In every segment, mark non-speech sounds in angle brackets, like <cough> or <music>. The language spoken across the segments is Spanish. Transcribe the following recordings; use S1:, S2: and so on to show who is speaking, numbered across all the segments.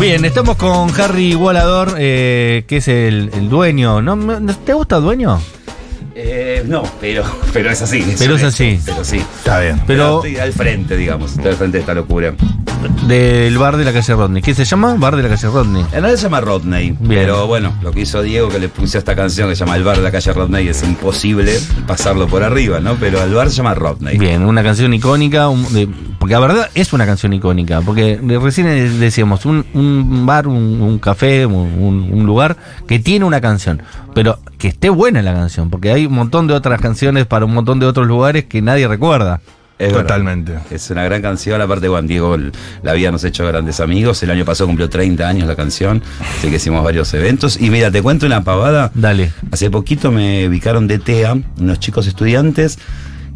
S1: Bien, estamos con Harry Volador, eh, que es el, el dueño. ¿No, no- ¿Te gusta dueño?
S2: Eh, no, pero, <laughs> pero es así.
S1: Pero es así.
S2: Pero sí.
S3: Está bien.
S1: Pero-
S2: estoy al frente, digamos. Estoy al frente de esta locura.
S1: Del bar de la calle Rodney. ¿Qué se llama? Bar de la calle Rodney.
S2: En realidad se llama Rodney, pero bueno, lo que hizo Diego que le puso esta canción que se llama El bar de la calle Rodney es imposible pasarlo por arriba, ¿no? Pero el bar se llama Rodney.
S1: Bien, una canción icónica, un- de- porque la verdad es una canción icónica, porque de- recién decíamos, un, un bar, un, un café, un, un- un lugar que tiene una canción, pero que esté buena la canción, porque hay un montón de otras canciones para un montón de otros lugares que nadie recuerda.
S2: Es verdad.
S3: Totalmente.
S2: Es una gran canción, aparte Juan Diego el- la habíamos hecho grandes amigos, el año pasado cumplió 30 años la canción, así que hicimos varios eventos. Y mira, te cuento una pavada,
S1: Dale.
S2: Hace poquito me ubicaron de TEA, unos chicos estudiantes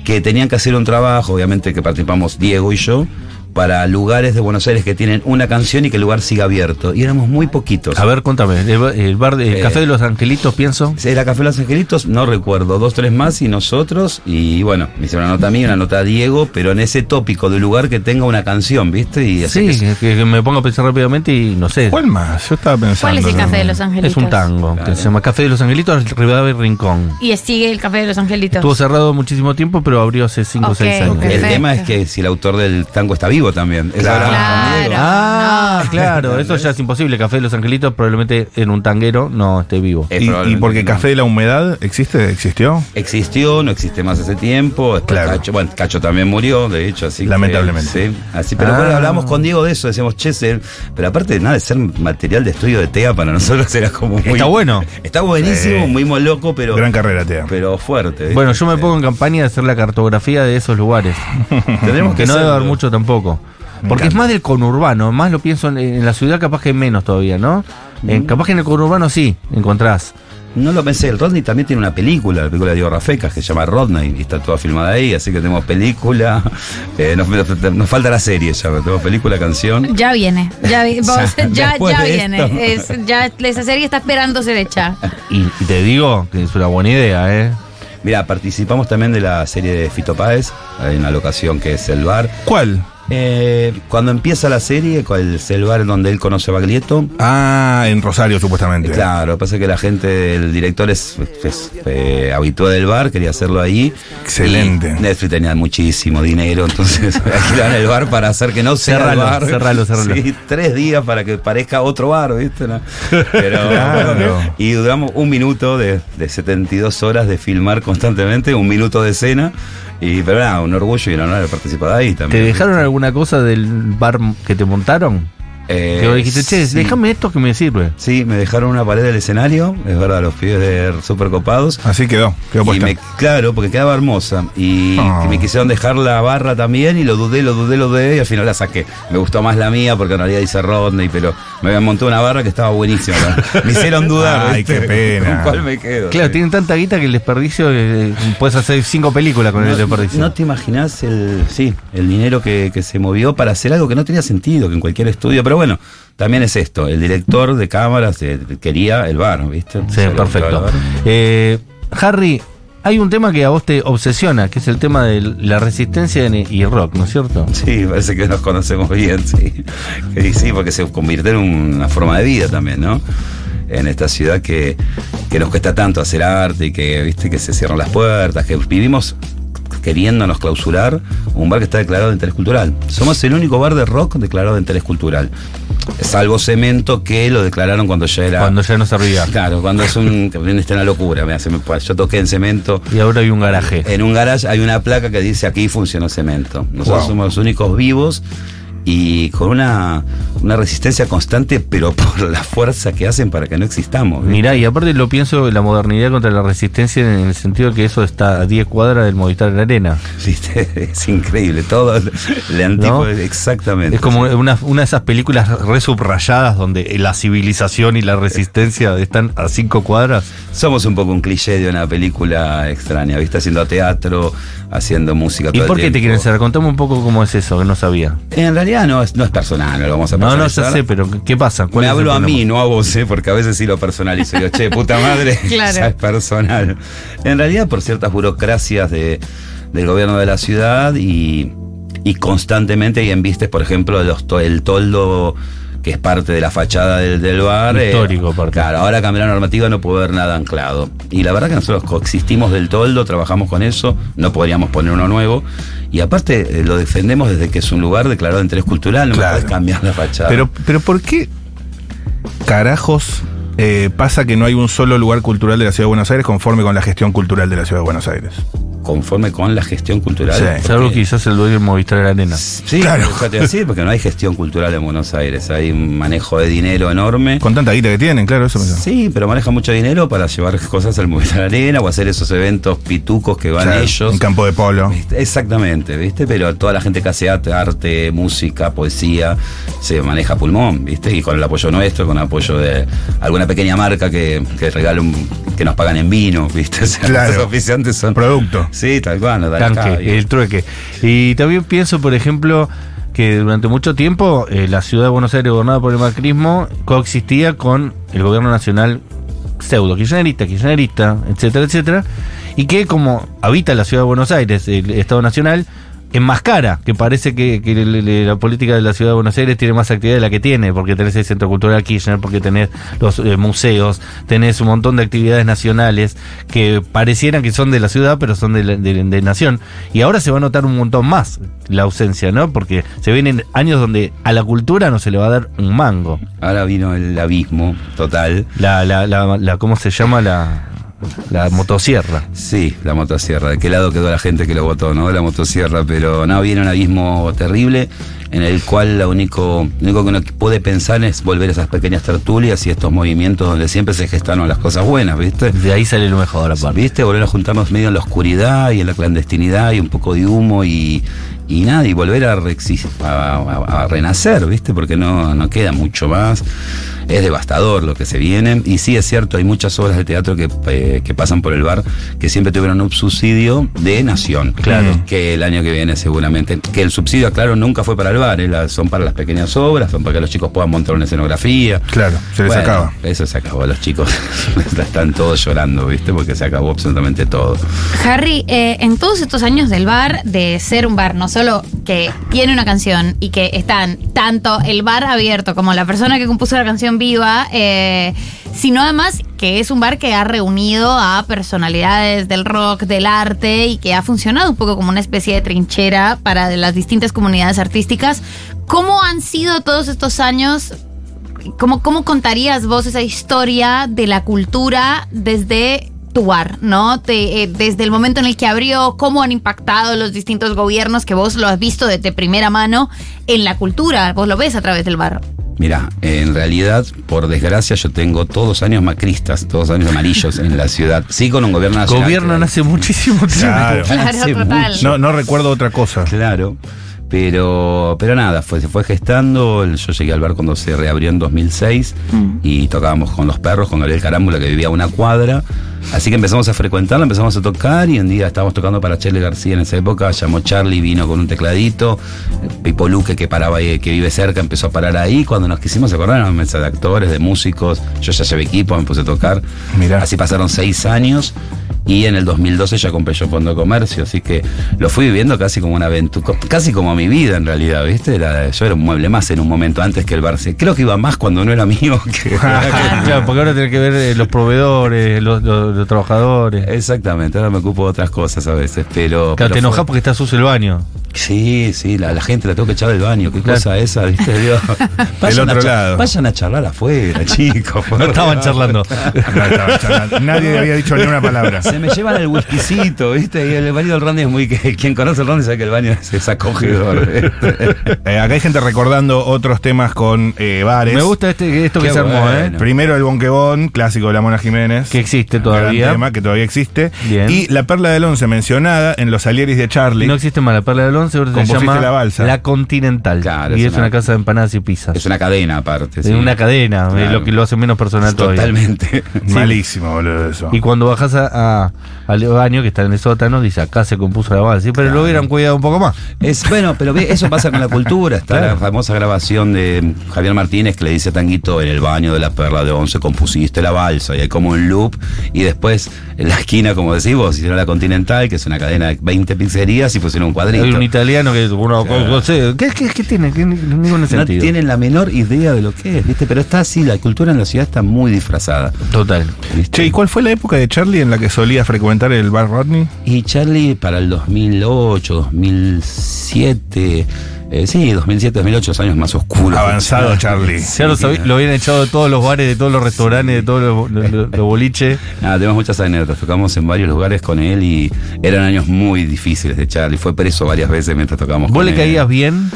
S2: que tenían que hacer un trabajo, obviamente que participamos Diego y yo, para lugares de Buenos Aires que tienen una canción y que el lugar siga abierto. Y éramos muy poquitos.
S1: A ver, contame, el, ba- el bar, de- el
S2: Pues Eh.
S1: café de los angelitos, pienso.
S2: Era Café Los Angelitos, no recuerdo, dos, tres más y nosotros, y bueno, me hicieron una nota a mí, una nota a Diego, pero en ese tópico de lugar que tenga una canción, ¿viste? Y así
S1: Sí,
S2: que-
S1: que, que me pongo a pensar rápidamente y no sé.
S3: ¿Cuál más? Yo estaba pensando.
S4: ¿Cuál es el café de Los Angelitos?
S1: Es un tango, que
S2: Claro.
S1: se llama Café de los Angelitos, Rivadavia y Rincón.
S4: Y sigue el café de Los Angelitos.
S1: Estuvo cerrado muchísimo tiempo, pero abrió hace 5 o
S4: Ok,
S1: 6 años.
S2: el
S4: ok. Perfecto.
S2: tema es que si el autor del tango está vivo también. Eso
S3: Claro.
S2: hablamos con Diego.
S4: Claro.
S1: Ah,
S4: No.
S2: <laughs>
S1: claro, eso ya es imposible. Café de los Angelitos probablemente en un tanguero no esté vivo.
S2: Es
S3: Y- Y,
S2: probablemente
S3: porque
S2: no.
S3: Café de la Humedad existe, existió.
S2: existió, no existe más hace tiempo. después
S3: Claro.
S2: Cacho, bueno, Cacho también murió, de hecho, así que-
S3: Lamentablemente.
S2: sí, así, pero
S1: Ah.
S2: bueno, hablamos con Diego de eso, decíamos, che, se- pero aparte de nada de ser material de estudio de TEA, para nosotros era como muy.
S1: Está bueno.
S2: Está buenísimo,
S3: Sí.
S2: muy mo- loco, pero.
S3: Gran carrera, Tea.
S2: Pero fuerte. ¿eh? ¿viste?
S1: Bueno, yo me pongo en campaña de hacer la cartografía de esos lugares.
S2: Tendremos
S1: Que no debe
S2: Ah, hacerlo.
S1: haber mucho tampoco.
S3: Me
S1: Porque es
S3: encanta.
S1: más del conurbano, más lo pienso en, en la ciudad, capaz que menos todavía, ¿no? En-
S2: Mm.
S1: capaz que en el conurbano sí encontrás.
S2: No lo pensé, el Rodney también tiene una película, la película de Diego Rafecas, que se llama Rodney, y está toda filmada ahí, así que tenemos película. <laughs> eh, nos, nos falta la serie ya, pero tenemos película, canción.
S4: Ya viene, ya, vi- vos-
S2: Ya,
S4: <laughs> ya,
S2: después
S4: ya
S2: de
S4: viene.
S2: esto.
S4: Es- ya esa serie está esperando ser hecha.
S1: Y, y te digo que es una buena idea, ¿eh?
S2: Mira, participamos también de la serie de Fito Páez, hay una locación que es el bar.
S3: ¿Cuál?
S2: Eh, cuando empieza la serie, con el, es el bar en donde él conoce a Baglietto.
S3: Ah, en Rosario,
S2: Eh,
S3: supuestamente.
S2: Claro, pasa que la gente, el director es, es, eh, habitué del bar, quería hacerlo ahí.
S3: Excelente.
S2: Y Netflix tenía muchísimo dinero, entonces <laughs> alquilaban el bar para hacer que no sea el
S1: Cerralo,
S2: bar.
S1: cerralo, cerralo.
S2: Sí, tres días para que parezca otro bar, ¿viste? No. Pero,
S1: <laughs>
S3: Claro.
S2: bueno, y duramos un minuto de, de 72 horas de filmar constantemente, un minuto de escena. Y, pero nada, un orgullo y un honor haber participado ahí
S1: ¿Te
S2: también.
S1: dejaron alguna cosa del bar que te montaron?
S2: Eh,
S1: que vos dijiste, che,
S2: sí.
S1: déjame esto que me sirve.
S2: Sí, me dejaron una pared del escenario, es verdad, los pibes de super copados.
S3: Así quedó. Quedó
S2: Y
S3: puesta.
S2: me- claro, porque quedaba hermosa. Y
S3: Oh.
S2: me quisieron dejar la barra también y lo dudé, lo dudé, lo dudé y al final la saqué. Me gustó más la mía porque en realidad dice Rodney, pero me habían montado una barra que estaba buenísima. Me
S3: <laughs>
S2: hicieron dudar.
S3: Ay,
S2: ¿viste?
S3: qué pena.
S2: ¿Con cuál me quedo?
S1: Claro,
S2: Sí.
S1: tienen tanta guita que el desperdicio, eh, puedes hacer cinco películas con el
S2: No,
S1: desperdicio.
S2: no te imaginas el, sí, el dinero que, que se movió para hacer algo que no tenía sentido, que en cualquier estudio, pero bueno, también es esto, el director de cámaras eh, quería el bar, ¿viste?
S1: Sí,
S2: Se lo-
S1: perfecto.
S2: lo-
S1: Eh, Harry, hay un tema que a vos te obsesiona, que es el tema de la resistencia en- y rock, ¿no es cierto?
S2: Sí, parece que nos conocemos bien, sí. Y sí, porque se convirtió en una forma de vida también, ¿no? En esta ciudad que, que nos cuesta tanto hacer arte y que, viste, que se cierran las puertas, que vivimos queriéndonos clausurar un bar que está declarado de interés cultural. Somos el único bar de rock declarado de interés cultural. Salvo Cemento que lo declararon cuando ya era...
S1: Cuando ya no servía.
S2: Claro, cuando es un... que viene, está una locura. mirá, se me- yo toqué en Cemento
S1: Y ahora hay un garaje.
S2: en un garage hay una placa que dice aquí funcionó cemento. Nosotros
S3: Wow.
S2: somos los únicos vivos y con una, una resistencia constante, pero <laughs> por la fuerza que hacen para que no existamos. ¿viste?
S1: Mirá, y aparte lo pienso, la modernidad contra la resistencia en el sentido que eso está a 10 cuadras del Movistar en la Arena.
S2: <laughs> ¿Viste? Es increíble, todo el antiguo,
S1: ¿No?
S2: exactamente.
S1: Es como una, una de esas películas re subrayadas donde la civilización y la resistencia están a 5 cuadras.
S2: Somos un poco un cliché de una película extraña, ¿viste? Haciendo teatro, haciendo música.
S1: ¿Y
S2: todo el
S1: por qué te
S2: tiempo.
S1: quieren cerrar? Contame un poco cómo es eso, que no sabía.
S2: En realidad no es, no es personal, no lo vamos a
S1: No, no, ya
S2: personalizar.
S1: sé, pero ¿qué pasa? ¿Cuál
S2: Me
S1: es el
S2: hablo a
S1: problema?
S2: mí, no a vos, ¿eh? porque a veces sí lo personalizo. Digo, che, puta
S1: <laughs>
S2: madre, <laughs>
S4: Claro.
S2: ya es personal. En realidad, por ciertas burocracias de, del gobierno de la ciudad y, y constantemente, y en vistes, por ejemplo, los to- el toldo que es parte de la fachada del, del bar. eh,
S1: Histórico, aparte.
S2: Claro, ahora cambió la normativa, no puede haber nada anclado. Y la verdad que nosotros coexistimos del toldo, trabajamos con eso, no podríamos poner uno nuevo. Y aparte eh, lo defendemos desde que es un lugar declarado de interés cultural, no me
S3: Claro.
S2: podés cambiar la fachada.
S3: Pero, pero ¿por qué carajos eh, pasa que no hay un solo lugar cultural de la Ciudad de Buenos Aires conforme con la gestión cultural de la Ciudad de Buenos Aires?
S2: conforme con la gestión cultural.
S3: Sí.
S2: porque-
S1: Salvo quizás el dueño de Movistar Arena.
S2: Sí,
S3: Claro.
S2: fíjate así, porque no hay gestión cultural en Buenos Aires, hay un manejo de dinero enorme.
S3: Con tanta guita que tienen, claro, eso me
S2: Sí, pero maneja mucho dinero para llevar cosas al Movistar Arena o hacer esos eventos pitucos que van
S3: Claro,
S2: ellos.
S3: Un campo de polo.
S2: Viste, Exactamente, ¿viste? Pero toda la gente que hace arte, arte, música, poesía, se maneja a pulmón, ¿viste? Y con el apoyo nuestro, con el apoyo de alguna pequeña marca que, que regale un- que nos pagan en vino, ¿viste? <laughs> O sea,
S3: Claro.
S2: Los oficiantes son...
S3: Producto.
S2: Sí, tal cual, nos dan el
S1: Tanque,
S2: cambio.
S1: el trueque. Y también pienso, por ejemplo, que durante mucho tiempo eh, la ciudad de Buenos Aires, gobernada por el macrismo, coexistía con el gobierno nacional pseudo kirchnerista, kirchnerista, etcétera, etcétera, y que como habita la ciudad de Buenos Aires, el Estado Nacional, enmascara, que parece que, que le- le- la política de la ciudad de Buenos Aires tiene más actividad de la que tiene, porque tenés el Centro Cultural Kirchner, porque tenés los eh, museos, tenés un montón de actividades nacionales que parecieran que son de la ciudad, pero son de, la- de- de nación. Y ahora se va a notar un montón más la ausencia, ¿no? Porque se vienen años donde a la cultura no se le va a dar un mango.
S2: Ahora vino el abismo total.
S1: La, la, la, la- ¿cómo se llama? La, la motosierra.
S2: Sí, la motosierra. ¿De qué lado quedó la gente que lo votó, no? La motosierra. Pero no, viene un abismo terrible en el cual lo único, lo único que uno puede pensar es volver a esas pequeñas tertulias y estos movimientos donde siempre se gestaron las cosas buenas, ¿viste?
S1: De ahí sale lo mejor, aparte.
S2: pues, ¿Viste? Volver a juntarnos medio en la oscuridad y en la clandestinidad y un poco de humo y, y nada, y volver a, reexis- a- a- a renacer, ¿viste? Porque no, no queda mucho más. Es devastador lo que se viene. Y sí, es cierto, hay muchas obras de teatro que, eh, que pasan por el bar que siempre tuvieron un subsidio de Nación. Mm.
S1: Claro.
S2: Que el año que viene seguramente. Que el subsidio, claro, nunca fue para el bar. eh, la- son para las pequeñas obras, son para que los chicos puedan montar una escenografía.
S3: Claro, se les
S2: Bueno,
S3: acaba.
S2: Eso se acabó, los chicos <laughs> están todos llorando, ¿viste? Porque se acabó absolutamente todo.
S4: Harry, eh, en todos estos años del bar, de ser un bar, no solo que tiene una canción y que están tanto el bar abierto como la persona que compuso la canción viva, eh, sino además que es un bar que ha reunido a personalidades del rock, del arte y que ha funcionado un poco como una especie de trinchera para de las distintas comunidades artísticas. ¿Cómo han sido todos estos años ¿Cómo, ¿Cómo contarías vos esa historia de la cultura desde tu bar, ¿no? Te- eh, desde el momento en el que abrió, cómo han impactado los distintos gobiernos que vos lo has visto de, de primera mano en la cultura, vos lo ves a través del bar.
S2: Mirá, en realidad, por desgracia, yo tengo todos años macristas, todos años amarillos en la ciudad. Sí, con un gobierno nacional.
S1: Gobiernan hace muchísimo <laughs> tiempo.
S2: <laughs>
S3: Claro.
S4: Claro,
S2: Hace
S4: total.
S2: mucho.
S3: No, no recuerdo otra cosa.
S2: Claro. Pero, pero nada, fue, se fue gestando. Yo llegué al bar cuando se reabrió en 2006 y tocábamos con los perros, con Gabriel Carámbula, que vivía a una cuadra. Así que empezamos a frecuentarla, empezamos a tocar y un día estábamos tocando para Charlie García en esa época. Llamó Charlie, vino con un tecladito. Pipo Luque, que paraba ahí, que vive cerca, empezó a parar ahí. Cuando nos quisimos acordar, era una mesa de actores, de músicos. Yo ya llevé equipo, me puse a tocar.
S3: Mirá.
S2: Así pasaron seis años y en el 2012 ya compré yo Fondo de Comercio, así que lo fui viviendo casi como una aventura, casi como mi vida en realidad, ¿viste? Era- yo era un mueble más en un momento antes que el bar. se- Creo que iba más cuando no era mío
S1: <laughs>
S2: <laughs> que...
S1: Claro, porque ahora tiene que ver eh, los proveedores, los, los- los trabajadores.
S2: Exactamente, ahora me ocupo de otras cosas a veces,
S1: Claro,
S2: pero... Eh, pero
S1: te
S2: fue-
S1: enojas porque está sucio el baño.
S2: Sí, sí, la, la gente la tengo que echar del baño, qué
S1: Claro.
S2: cosa esa, ¿viste?
S1: <laughs>
S2: Digo, vayan a
S3: otro
S2: cha-
S3: lado.
S2: Vayan a charlar afuera, <laughs> chicos. por
S1: No estaban
S2: Dios. <laughs>
S1: charlando.
S3: No, estaba charlando. Nadie había dicho ni una palabra.
S2: Se me llevan el whiskycito, ¿viste? Y el baño del Randy es muy. que- Quien conoce el Randy sabe que el baño es, es acogedor. ¿viste?
S3: Eh, acá hay gente recordando otros temas con eh, bares.
S1: Me gusta este, esto que
S2: Qué
S1: se armó,
S2: bueno.
S1: ¿eh?
S3: Primero el Bonquebón, clásico de la Mona Jiménez.
S1: Que existe
S3: Gran
S1: todavía.
S3: tema que todavía existe.
S1: Bien.
S3: Y la perla del once mencionada en los Alieris de Charlie.
S1: No existe más la Perla del Once, ahora se
S3: Compusiste
S1: llama
S3: la balsa.
S1: Continental.
S2: Claro,
S1: y
S2: es
S1: es una,
S2: una
S1: casa de empanadas y pizzas.
S2: <laughs> Es una cadena aparte.
S1: Es una cadena, eh,
S2: Claro.
S1: lo que lo hace menos personal todavía.
S2: Totalmente.
S3: Malísimo, boludo, eso.
S1: Y cuando bajas a, a- a- al baño que está en el sótano, dice acá se compuso la banda, sí, pero lo hubieran cuidado un poco más.
S2: Es, bueno, pero ve, eso pasa con la cultura. Está
S1: Claro.
S2: la famosa grabación de Javier Martínez que le dice a Tanguito, en el baño de la perla de once compusiste la balsa, y hay como un loop, y después en la esquina, como decís vos, hicieron la Continental, que es una cadena de 20 pizzerías, y pusieron un cuadrito.
S1: Hay un italiano que uno, no sé, ¿qué, qué, qué tiene? ¿Qué- ningún
S2: No
S1: sentido.
S2: tienen la menor idea de lo que es, ¿viste? Pero está así, la cultura en la ciudad está muy disfrazada.
S1: Total.
S2: ¿viste?
S3: Che, ¿y cuál fue la época de Charlie en la que solía frecuentar el bar Rodney?
S2: Y Charlie para el 2008, 2007, eh, sí, 2007, 2008, los años más oscuros. <laughs>
S3: Avanzado Charlie.
S1: Ya lo, sabí- lo habían echado de todos los bares, de todos los restaurantes, de todos los, los- los- los
S2: <laughs>
S1: boliches.
S2: Nada, tenemos muchas anécdotas. Tocamos en varios lugares con él y eran años muy difíciles de Charlie. Fue preso varias veces mientras tocamos.
S1: ¿Vos
S2: con
S1: le
S2: él.
S1: caías bien?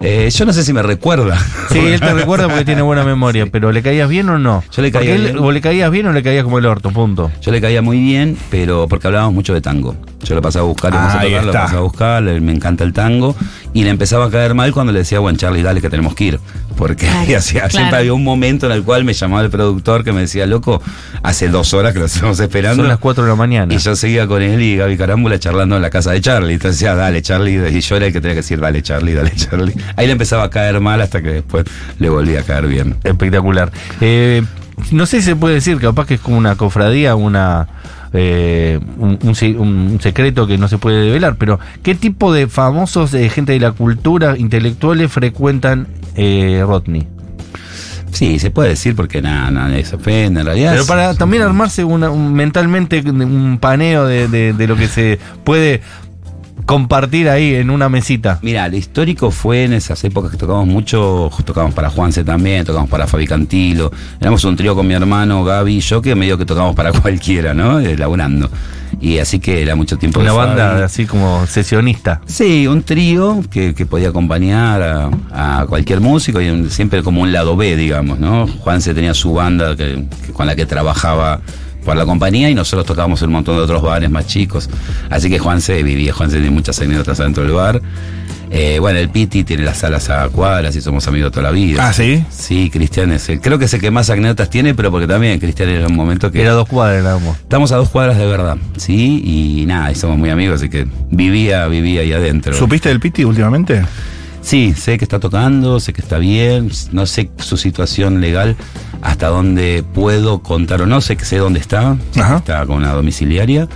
S2: Eh, yo no sé si me recuerda.
S1: Sí, él
S2: <laughs>
S1: te recuerda porque tiene buena memoria, pero ¿le caías bien o no?
S2: Yo le
S1: Porque
S2: caía
S1: él-
S2: bien.
S1: O le caías bien o le caías como el orto, punto.
S2: Yo le caía muy bien, pero porque hablábamos mucho de tango. Yo lo pasaba a buscar, lo pasaba a
S3: Ahí
S2: tocar, lo
S3: está.
S2: pasaba a buscar, le- me encanta el tango. Y le empezaba a caer mal cuando le decía, bueno, Charlie, dale que tenemos que ir. Porque <laughs>
S4: Claro,
S2: y hacía-
S4: claro.
S2: siempre había un momento en el cual me llamaba el productor que me decía, loco, hace dos horas que lo estamos esperando.
S1: Son las 4 de la mañana.
S2: Y yo seguía con él y Gaby Carámbula charlando en la casa de Charlie. Entonces decía, dale, Charlie. Y yo era el que tenía que decir, dale, Charlie, dale, Charlie. Ahí le empezaba a caer mal hasta que después le volvía a caer bien.
S1: Espectacular. Eh, no sé si se puede decir, capaz que es como una cofradía, una eh, un, un se- un secreto que no se puede develar, pero ¿qué tipo de famosos, de gente de la cultura, intelectuales, frecuentan eh, Rodney?
S2: Sí, se puede decir porque nada, nadie se ofende en realidad.
S1: Pero para también armarse una- un- mentalmente un paneo de, de- de lo que se puede compartir ahí en una mesita.
S2: Mira, el histórico fue en esas épocas que tocamos mucho, tocamos para Juanse también, tocamos para Fabi Cantilo, éramos un trío con mi hermano Gaby y yo que medio que tocamos para <laughs> cualquiera, ¿no? Eh, Laburando. Y así que era mucho tiempo de
S1: Una
S2: Fabi.
S1: banda así como sesionista.
S2: Sí, un trío que, que podía acompañar a, a cualquier músico y un- siempre como un lado B, digamos, ¿no? Juan se tenía su banda que- que- con la que trabajaba para la compañía y nosotros tocábamos en un montón de otros bares más chicos. Así que Juan se vivía, Juan se tiene muchas anécdotas dentro del bar. Eh, bueno, el Piti tiene las salas a cuadras y somos amigos toda la vida.
S3: Ah, ¿sí?
S2: Sí, Cristian es el, creo que es el que más anécdotas tiene, pero porque también Cristian era un momento que
S1: Era dos cuadras, nada más.
S2: estamos a dos cuadras de verdad, sí, y nada, y somos muy amigos, así que vivía, vivía ahí adentro.
S3: ¿Supiste del Piti últimamente?
S2: Sí, sé que está tocando, sé que está bien, no sé su situación legal, hasta dónde puedo contar o no, sé que sé dónde está, sé que
S3: Ajá.
S2: está con una domiciliaria.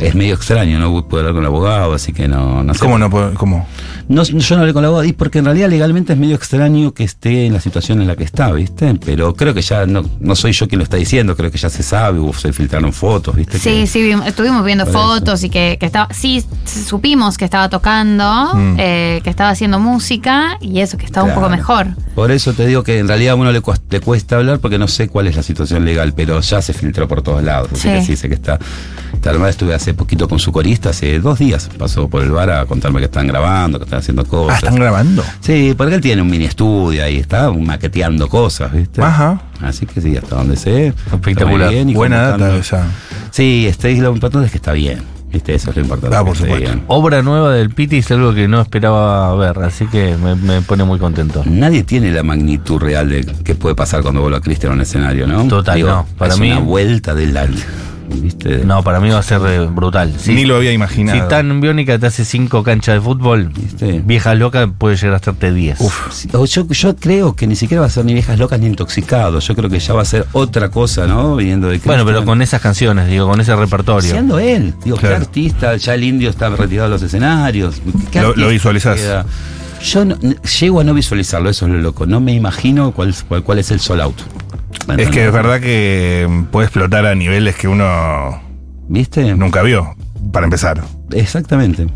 S2: Es medio extraño, no puedo hablar con el abogado, así que no, no sé.
S3: ¿Cómo no? po- ¿Cómo?
S2: No, yo no hablé con el abogado, y porque en realidad legalmente es medio extraño que esté en la situación en la que está, ¿viste? Pero creo que ya no, no soy yo quien lo está diciendo, creo que ya se sabe, o se filtraron fotos, ¿viste?
S4: Sí,
S2: Que-
S4: sí, vimos- estuvimos viendo
S2: Por eso.
S4: fotos y que, que estaba. Sí, supimos que estaba tocando,
S3: Mm.
S4: eh, que estaba haciendo música y eso, que estaba un poco
S2: Claro.
S4: mejor.
S2: Por eso te digo que en realidad a uno le cuas- le cuesta, hablar porque no sé cuál es la situación legal, pero ya se filtró por todos lados. Así
S4: Sí.
S2: que sí, sé que está. está armada. estuve hace poquito con su corista, hace dos días. Pasó por el bar a contarme que están grabando, que están haciendo
S3: Ah,
S2: cosas.
S3: ¿están grabando?
S2: Sí, porque él tiene un mini estudio ahí, está maqueteando cosas, ¿viste?
S3: Ajá.
S2: Así que sí, hasta donde sé. está muy
S1: Espectacular.
S2: bien y
S3: Buena
S2: contando-
S3: data esa.
S2: Sí, este, lo importante es que está bien. ¿Viste? Eso es lo importante.
S3: Ah,
S2: que
S3: por
S2: esté
S3: supuesto.
S2: bien.
S1: Obra nueva del Piti es algo que no esperaba ver, así que me, me pone muy contento.
S2: Nadie tiene la magnitud real de que puede pasar cuando vuelva Cristian a un escenario, ¿no?
S1: Total, no. Para
S2: es
S1: mí-
S2: una vuelta del al- ¿Viste?
S1: No, para mí va a ser eh, brutal. Si,
S3: Ni lo había imaginado.
S1: si tan biónica te hace cinco canchas de fútbol,
S2: ¿Viste?
S1: vieja loca puede llegar a hacerte 10.
S2: Sí, o Yo, yo creo que ni siquiera va a ser ni viejas locas ni intoxicados. Yo creo que ya va a ser otra cosa, ¿no? Viniendo de
S1: Bueno, pero
S2: Cristian.
S1: con esas canciones, digo, con ese repertorio.
S2: Siendo él. Digo,
S3: Claro.
S2: qué artista, ya el indio está retirado de los escenarios. ¿Qué
S3: Lo- lo
S2: artista
S3: visualizás.
S2: queda? Yo no- n- llego a no visualizarlo, eso es lo loco. No me imagino cuál, cuál, cuál es el sol out.
S3: Es que es
S2: ¿Entendés?
S3: verdad que mm, puede explotar a niveles que uno
S2: ¿Viste?
S3: nunca vio, para empezar.
S2: Exactamente.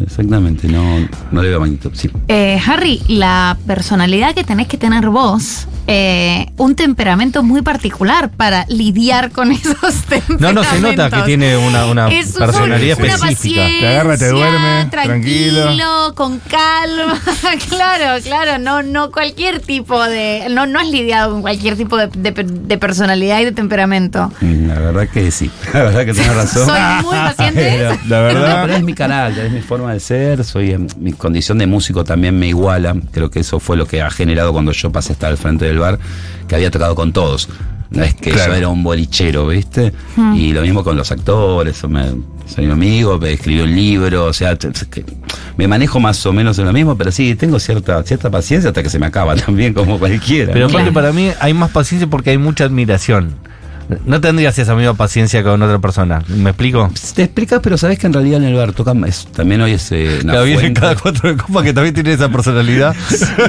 S2: Exactamente. No, no le veo magnitud. Sí.
S4: Eh, Harry, la personalidad que tenés que tener vos, eh, un temperamento muy particular para lidiar con <laughs> esos temperamentos.
S1: No, no, se nota que tiene una, una
S4: Es un-
S1: personalidad
S3: una
S1: específica.
S4: paciencia,
S3: Te agarra, te duerme, tranquilo.
S4: con calma. <laughs> claro, claro, no, no cualquier tipo de. No, no has lidiado con cualquier tipo de, de- de personalidad y de temperamento.
S2: La verdad que sí. <laughs> La verdad que tenés razón.
S4: Soy muy
S2: <laughs>
S4: paciente.
S2: Pero-
S3: La
S2: No, pero
S3: verdad.
S2: es mi carácter, es mi forma de ser, soy em, mi condición de músico también me iguala. Creo que eso fue lo que ha generado cuando yo pasé a estar al frente del bar, que había tocado con todos. No es que
S3: Claro.
S2: yo era un bolichero, ¿viste?
S4: Mm.
S2: Y lo mismo con los actores. me- soy un amigo, me escribió un libro, o sea, t- t- que me manejo más o menos en lo mismo, pero sí, tengo cierta, cierta paciencia hasta que se me acaba <laughs> también, como cualquiera.
S1: Pero
S2: ¿no?
S1: aparte para mí hay más paciencia porque hay mucha admiración. No tendrías esa misma paciencia con otra persona. ¿Me explico?
S2: Te explicas, pero sabes que en realidad en el bar tocan, es- también hoy es eh, una
S1: Cada, viene
S2: fuente.
S1: cada
S2: <laughs>
S1: cuatro de copa que también tiene esa personalidad.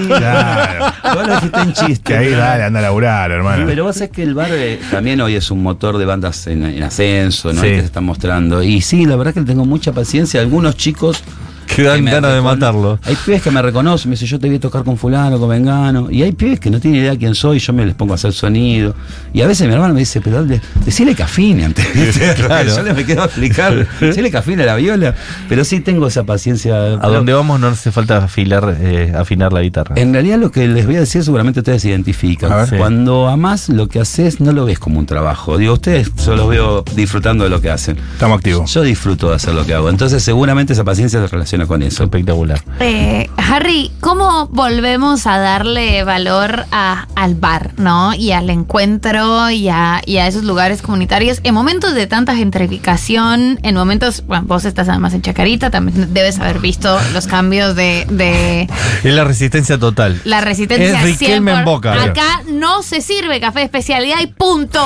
S3: Claro.
S2: Vos lo dijiste en chiste.
S3: Que ahí
S2: ¿no?
S3: dale, anda a laburar, hermano.
S2: Pero vos sabés que el bar eh, también hoy es un motor de bandas en, en ascenso, ¿no?
S1: Sí.
S2: Que se están mostrando. Y sí, la verdad que le tengo mucha paciencia. Algunos chicos.
S1: que dan
S2: me
S1: ganas de
S2: recono-
S1: matarlo.
S2: Hay pibes que me reconocen, me dicen, yo te voy a tocar con fulano, con vengano. Y hay pibes que no tienen idea quién soy, yo me les pongo a hacer sonido. Y a veces mi hermano me dice, pero dale, decile que afine antes. <laughs>
S1: Claro.
S2: Yo le me quedo a explicar. Decile que afine la viola. Pero sí tengo esa paciencia.
S1: A donde vamos no hace falta afilar, eh, afinar la guitarra.
S2: En realidad lo que les voy a decir seguramente ustedes se identifican.
S3: A ver.
S1: Sí.
S2: Cuando amás lo que haces no lo ves como un trabajo. Digo, ustedes yo los veo disfrutando de lo que hacen.
S3: Estamos activos.
S2: Yo disfruto de hacer lo que hago. Entonces seguramente esa paciencia se relaciona con eso.
S1: Espectacular.
S4: Eh, Harry, ¿cómo volvemos a darle valor a- al bar, ¿no? Y al encuentro y a, y a esos lugares comunitarios en momentos de tanta gentrificación, en momentos, bueno, vos estás además en Chacarita, también debes haber visto los cambios de, de
S1: Es la resistencia total.
S4: la resistencia.
S1: Es Riquelme
S4: 100
S1: en Boca.
S4: Acá no se sirve café de especialidad y punto.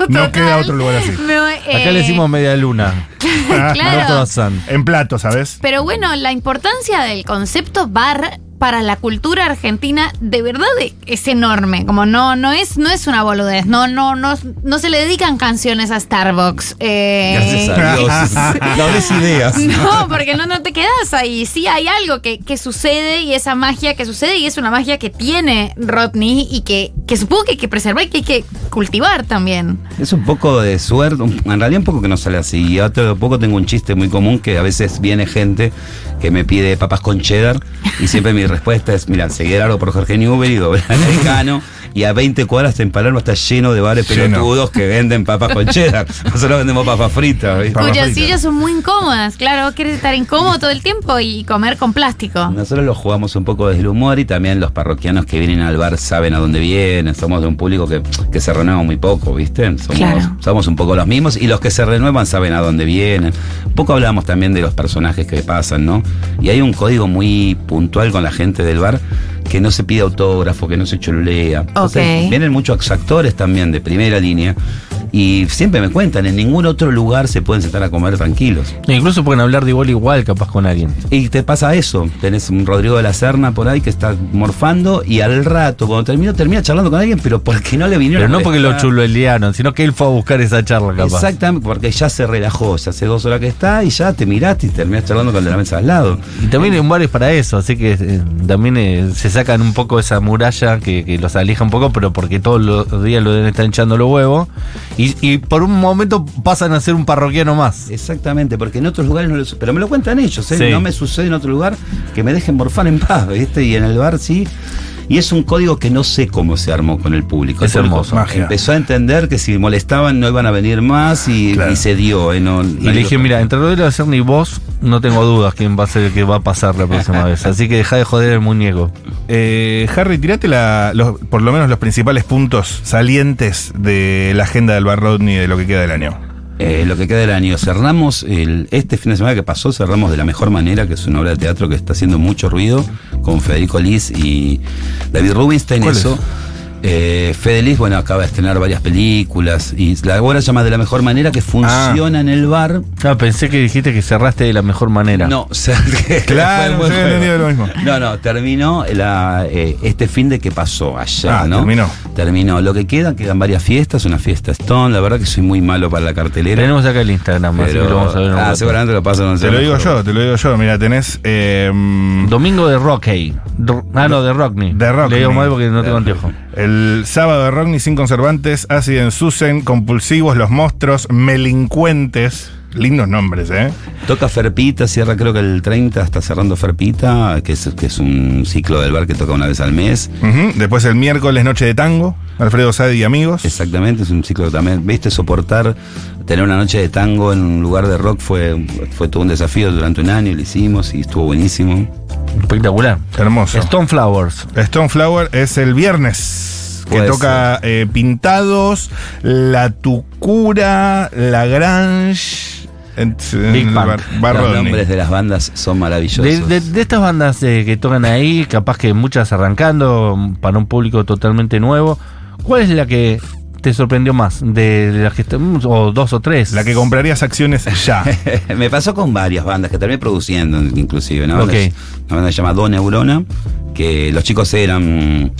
S3: No
S4: Total.
S3: queda otro lugar así.
S4: <laughs> No,
S1: Acá
S4: eh,
S1: le decimos "Ah, media luna. <laughs> No
S4: claro.
S1: croissant.
S3: En plato, ¿sabes?
S4: Pero bueno, la importancia del concepto bar para la cultura argentina de verdad e- es enorme. Como no, no es, no es una boludez. No, no, no, no se le dedican canciones a Starbucks. Eh,
S2: Gracias
S1: <laughs>
S2: a Dios. <laughs> No des ideas.
S4: <laughs> no, porque no, no te quedas ahí. Sí, hay algo que, que sucede y esa magia que sucede y es una magia que tiene Rodney y que, que supongo que hay que preservar y que hay que cultivar también.
S2: Es un poco de suerte, un- en realidad un poco que no sale así. Y otro poco tengo un chiste muy común que a veces viene gente que me pide papas con cheddar y siempre mi respuesta es, mira, seguir algo por Jorge Newbery, <laughs> doblar al Decano, y a 20 cuadras en Palermo está lleno de bares
S3: Lleno.
S2: pelotudos que venden papas con cheddar. <laughs> Nosotros vendemos papas fritas. ¿viste?
S3: Papas
S4: Cuyas
S3: fritas.
S4: sillas son muy incómodas. Claro, vos querés estar incómodo todo el tiempo y comer con plástico.
S2: Nosotros lo jugamos un poco desde el humor y también los parroquianos que vienen al bar saben a dónde vienen. Somos de un público que, que se renueva muy poco, ¿viste? Somos,
S4: Claro.
S2: somos un poco los mismos y los que se renuevan saben a dónde vienen. Un poco hablamos también de los personajes que pasan, ¿no? Y hay un código muy puntual con la gente del bar que no se pide autógrafo, que no se cholulea. Entonces,
S4: Ok.
S2: Vienen muchos actores también de primera línea y siempre me cuentan, en ningún otro lugar se pueden sentar a comer tranquilos.
S1: E Incluso pueden hablar de igual a igual, capaz con alguien.
S2: Y te pasa eso, tenés un Rodrigo de la Serna por ahí que está morfando y al rato, cuando terminó, termina charlando con alguien, pero porque no le vinieron
S1: Pero
S2: a
S1: no porque lo
S2: molestar.
S1: chuloelearon, sino que él fue a buscar esa charla, capaz.
S2: Exactamente, porque ya se relajó, ya hace dos horas que está y ya te miraste y terminás charlando con el de la mesa al lado.
S1: Y también en bares para eso, así que eh, también eh, se sacan un poco esa muralla que, que los aleja un poco, pero porque todos los días lo deben estar hinchando los huevos. Y, y por un momento pasan a ser un parroquiano más.
S2: Exactamente, porque en otros lugares no lo su- Pero me lo cuentan ellos, ¿eh?
S1: Sí.
S2: no me sucede en otro lugar que me dejen morfar en paz, ¿viste? Y en el bar sí. Y es un código que no sé cómo se armó con el público.
S1: Es
S2: El público
S1: hermoso.
S3: Magia.
S2: Empezó a entender que si molestaban no iban a venir más y,
S3: Claro.
S2: y se dio. ¿eh? No-
S1: Y le dije, mira, entre Rodrigo de ni vos, no tengo dudas quién va a ser el que va a pasar la próxima vez. Así que deja de joder el muñeco.
S3: Eh, Harry, tirate la- los- por lo menos los principales puntos salientes de la agenda del Bar Rodney de lo que queda del año.
S2: Eh, lo que queda del año. Cerramos el, este fin de semana que pasó, cerramos de la mejor manera, que es una obra de teatro que está haciendo mucho ruido, con Federico Liz y David Rubinstein.
S3: ¿Cuál
S2: Eso.
S3: es?
S2: Eh, Fede Liz, bueno, acaba de estrenar varias películas y la obra se llama De la mejor manera, que funciona
S3: Ah.
S2: en el bar.
S1: No, pensé que dijiste que cerraste de la mejor manera. Eh,
S2: No, <laughs> o sea, que
S3: Claro,
S2: fue un buen
S3: yo había
S2: juego.
S3: entendido lo mismo.
S2: No, no, terminó la, eh, este fin de que pasó ayer,
S3: Ah,
S2: ¿no?
S3: terminó.
S2: Terminó. Lo que queda, quedan varias fiestas, una fiesta Stone, la verdad que soy muy malo para la cartelera.
S1: Tenemos acá el Instagram, así
S2: Pero-
S1: que lo vamos a ver. en un
S2: ah,
S1: rato.
S2: seguramente lo pasan. no sé,
S3: Te lo digo
S2: mejor.
S3: yo, te lo digo yo. Mira, tenés. eh,
S1: Domingo de Rockey. Dr- Ah, no, de Rockney.
S3: De Rockney.
S1: Le digo mal porque no tengo anteojo.
S3: el sábado de Rodney sin conservantes, Acid en Susan, Compulsivos, Los Monstruos, Melincuentes. Lindos nombres, ¿eh?
S2: Toca Ferpita, cierra creo que el 30, está cerrando Ferpita, que es, que es un ciclo del bar que toca una vez al mes.
S3: Ujú. Después el miércoles, Noche de Tango, Alfredo Sadi y amigos.
S2: Exactamente, es un ciclo también. Viste, soportar tener una noche de tango en un lugar de rock fue, fue todo un desafío durante un año, lo hicimos y estuvo buenísimo.
S1: Espectacular.
S3: Hermoso.
S1: Stone Flowers.
S3: Stoneflower es el viernes. que
S2: Puede
S3: toca eh, Pintados, La Tucura, La Grange. en- en
S1: Big Bang.
S3: Bar
S2: Los
S3: Rodney.
S2: nombres de las bandas son maravillosos.
S1: De, de- de estas bandas eh, que tocan ahí, capaz que muchas arrancando mm, para un público totalmente nuevo, ¿cuál es la que te sorprendió más? De, de las que est- mm, o dos o tres.
S3: La que comprarías acciones
S2: <laughs>
S3: ya.
S2: Me pasó con varias bandas que terminé produciendo, inclusive. Una banda,
S1: Ok.
S2: una banda que se llama Don Neurona, que los chicos eran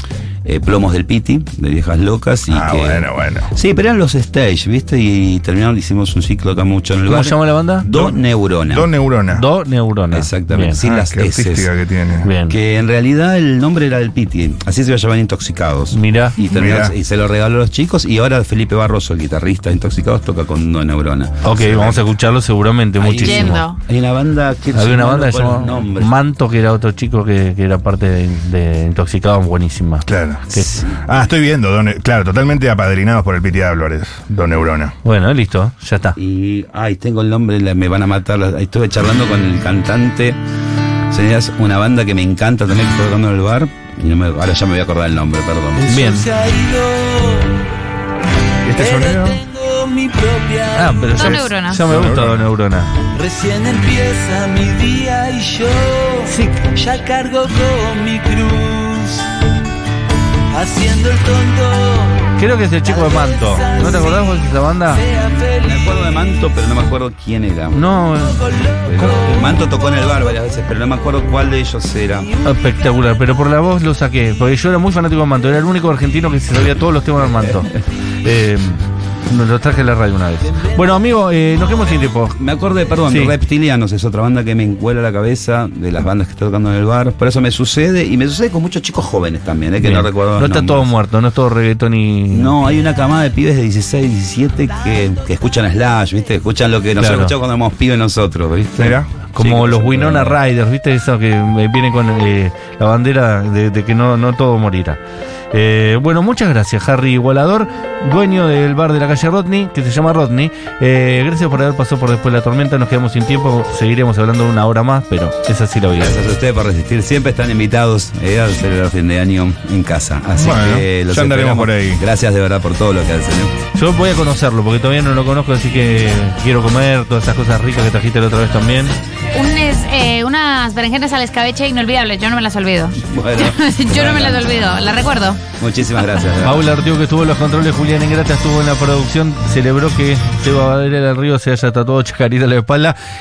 S2: eh, plomos del Piti, de viejas locas. Y
S3: ah,
S2: que-
S3: bueno, bueno.
S2: Sí, pero eran los stage, ¿viste? Y terminaron, hicimos un ciclo acá mucho en el
S1: ¿Cómo
S2: bar.
S1: se llama la banda?
S2: Do Neurona.
S3: Dos neuronas.
S1: Do Neurona.
S2: Ah. Exactamente,
S1: Bien.
S2: sí.
S3: Ah,
S2: las
S3: qué artística
S2: heces.
S3: que tiene.
S1: Bien.
S2: Que en realidad el nombre era del Piti, así se iba a llamar Intoxicados.
S1: Mirá.
S2: Y, terminó-
S3: Mirá.
S2: y se lo regaló a los chicos. Y ahora Felipe Barroso, el guitarrista de Intoxicados, toca con Do Neurona.
S1: Ok, vamos a escucharlo seguramente
S2: Ahí-
S1: muchísimo.
S4: Yendo.
S2: Hay una banda que
S1: Había una banda que se
S2: con
S1: llamaba
S2: nombres.
S1: Manto, que era otro chico que, que era parte de, de Intoxicados, buenísima.
S3: Claro.
S1: Que-
S3: Ah, estoy viendo. don- claro, totalmente apadrinados por el Piti Álvarez. Dos neuronas.
S1: Bueno, listo, ya está.
S2: Y, ay, tengo el nombre, la- me van a matar. la- Estuve charlando con el cantante. Señoras, una banda que me encanta también, que está tocando en el bar. Y no me- ahora ya me voy a acordar el nombre, perdón.
S1: Bien.
S3: ¿Este sonido?
S5: Tengo mi propia.
S1: Ah, pero
S4: Dos
S1: ya,
S4: neuronas.
S1: ya me
S3: Dos
S1: gusta Dos
S3: neuronas.
S1: Neurona.
S5: Recién empieza mi día y yo ya cargo con mi cruz. Haciendo el tonto.
S1: Creo que es el chico de Manto. ¿No te acordás vos de esa banda?
S5: Sea
S2: Me
S5: feliz.
S2: acuerdo de Manto, pero no me acuerdo quién era.
S1: No, eh.
S2: Pero- Manto tocó en el bar varias veces, pero no me acuerdo cuál de ellos era.
S1: espectacular, pero por la voz lo saqué, porque yo era muy fanático de Manto, era el único argentino que se sabía todos los temas de
S2: <laughs>
S1: Manto. Eh, nos lo traje a la radio una vez. Bueno, amigo, eh, nos quedamos sin tiempo.
S2: Me acordé, perdón,
S1: Sí.
S2: Reptilianos es otra banda que me encuela la cabeza de las bandas que está tocando en el bar. Por eso me sucede, y me sucede con muchos chicos jóvenes también, eh, que no
S1: Bien.
S2: recuerdo.
S1: No
S2: los
S1: está
S2: nombres.
S1: todo muerto, no es todo reggaetón y.
S2: No, hay una camada de pibes de 16, 17 que, que escuchan a Slash, ¿viste? Escuchan lo que nosotros
S1: Claro.
S2: escuchamos cuando éramos pibes nosotros, ¿viste?
S3: Mirá.
S1: Como
S2: Sí,
S1: los
S2: que-
S1: Winona Riders, ¿viste? Eso que eh, viene con eh, la bandera de, de que no, no todo morirá. Eh, bueno, muchas gracias, Harry Igualador, dueño del bar de la calle Rodney, que se llama Rodney. Eh, gracias por haber pasado por después de la tormenta. Nos quedamos sin tiempo, seguiremos hablando una hora más, pero es así la vida.
S2: Gracias a ustedes por resistir. Siempre están invitados eh, al celebrar fin de año en casa. Así
S3: Bueno,
S2: que los
S3: ya andaremos
S2: esperamos.
S3: por ahí.
S2: Gracias de verdad por todo lo que hacen. ¿eh?
S1: Yo voy a conocerlo porque todavía no lo conozco, así que quiero comer todas esas cosas ricas que trajiste la otra vez también.
S4: Un es- eh, unas berenjenas al escabeche inolvidables, yo no me las olvido.
S2: Bueno,
S4: <laughs> yo no me las olvido, las recuerdo.
S2: Muchísimas gracias. de verdad.
S1: Paula Artigo que estuvo en los controles, Julián Ingrata estuvo en la producción, celebró que Seba Valera del Río se haya tatuado chacarita en la espalda.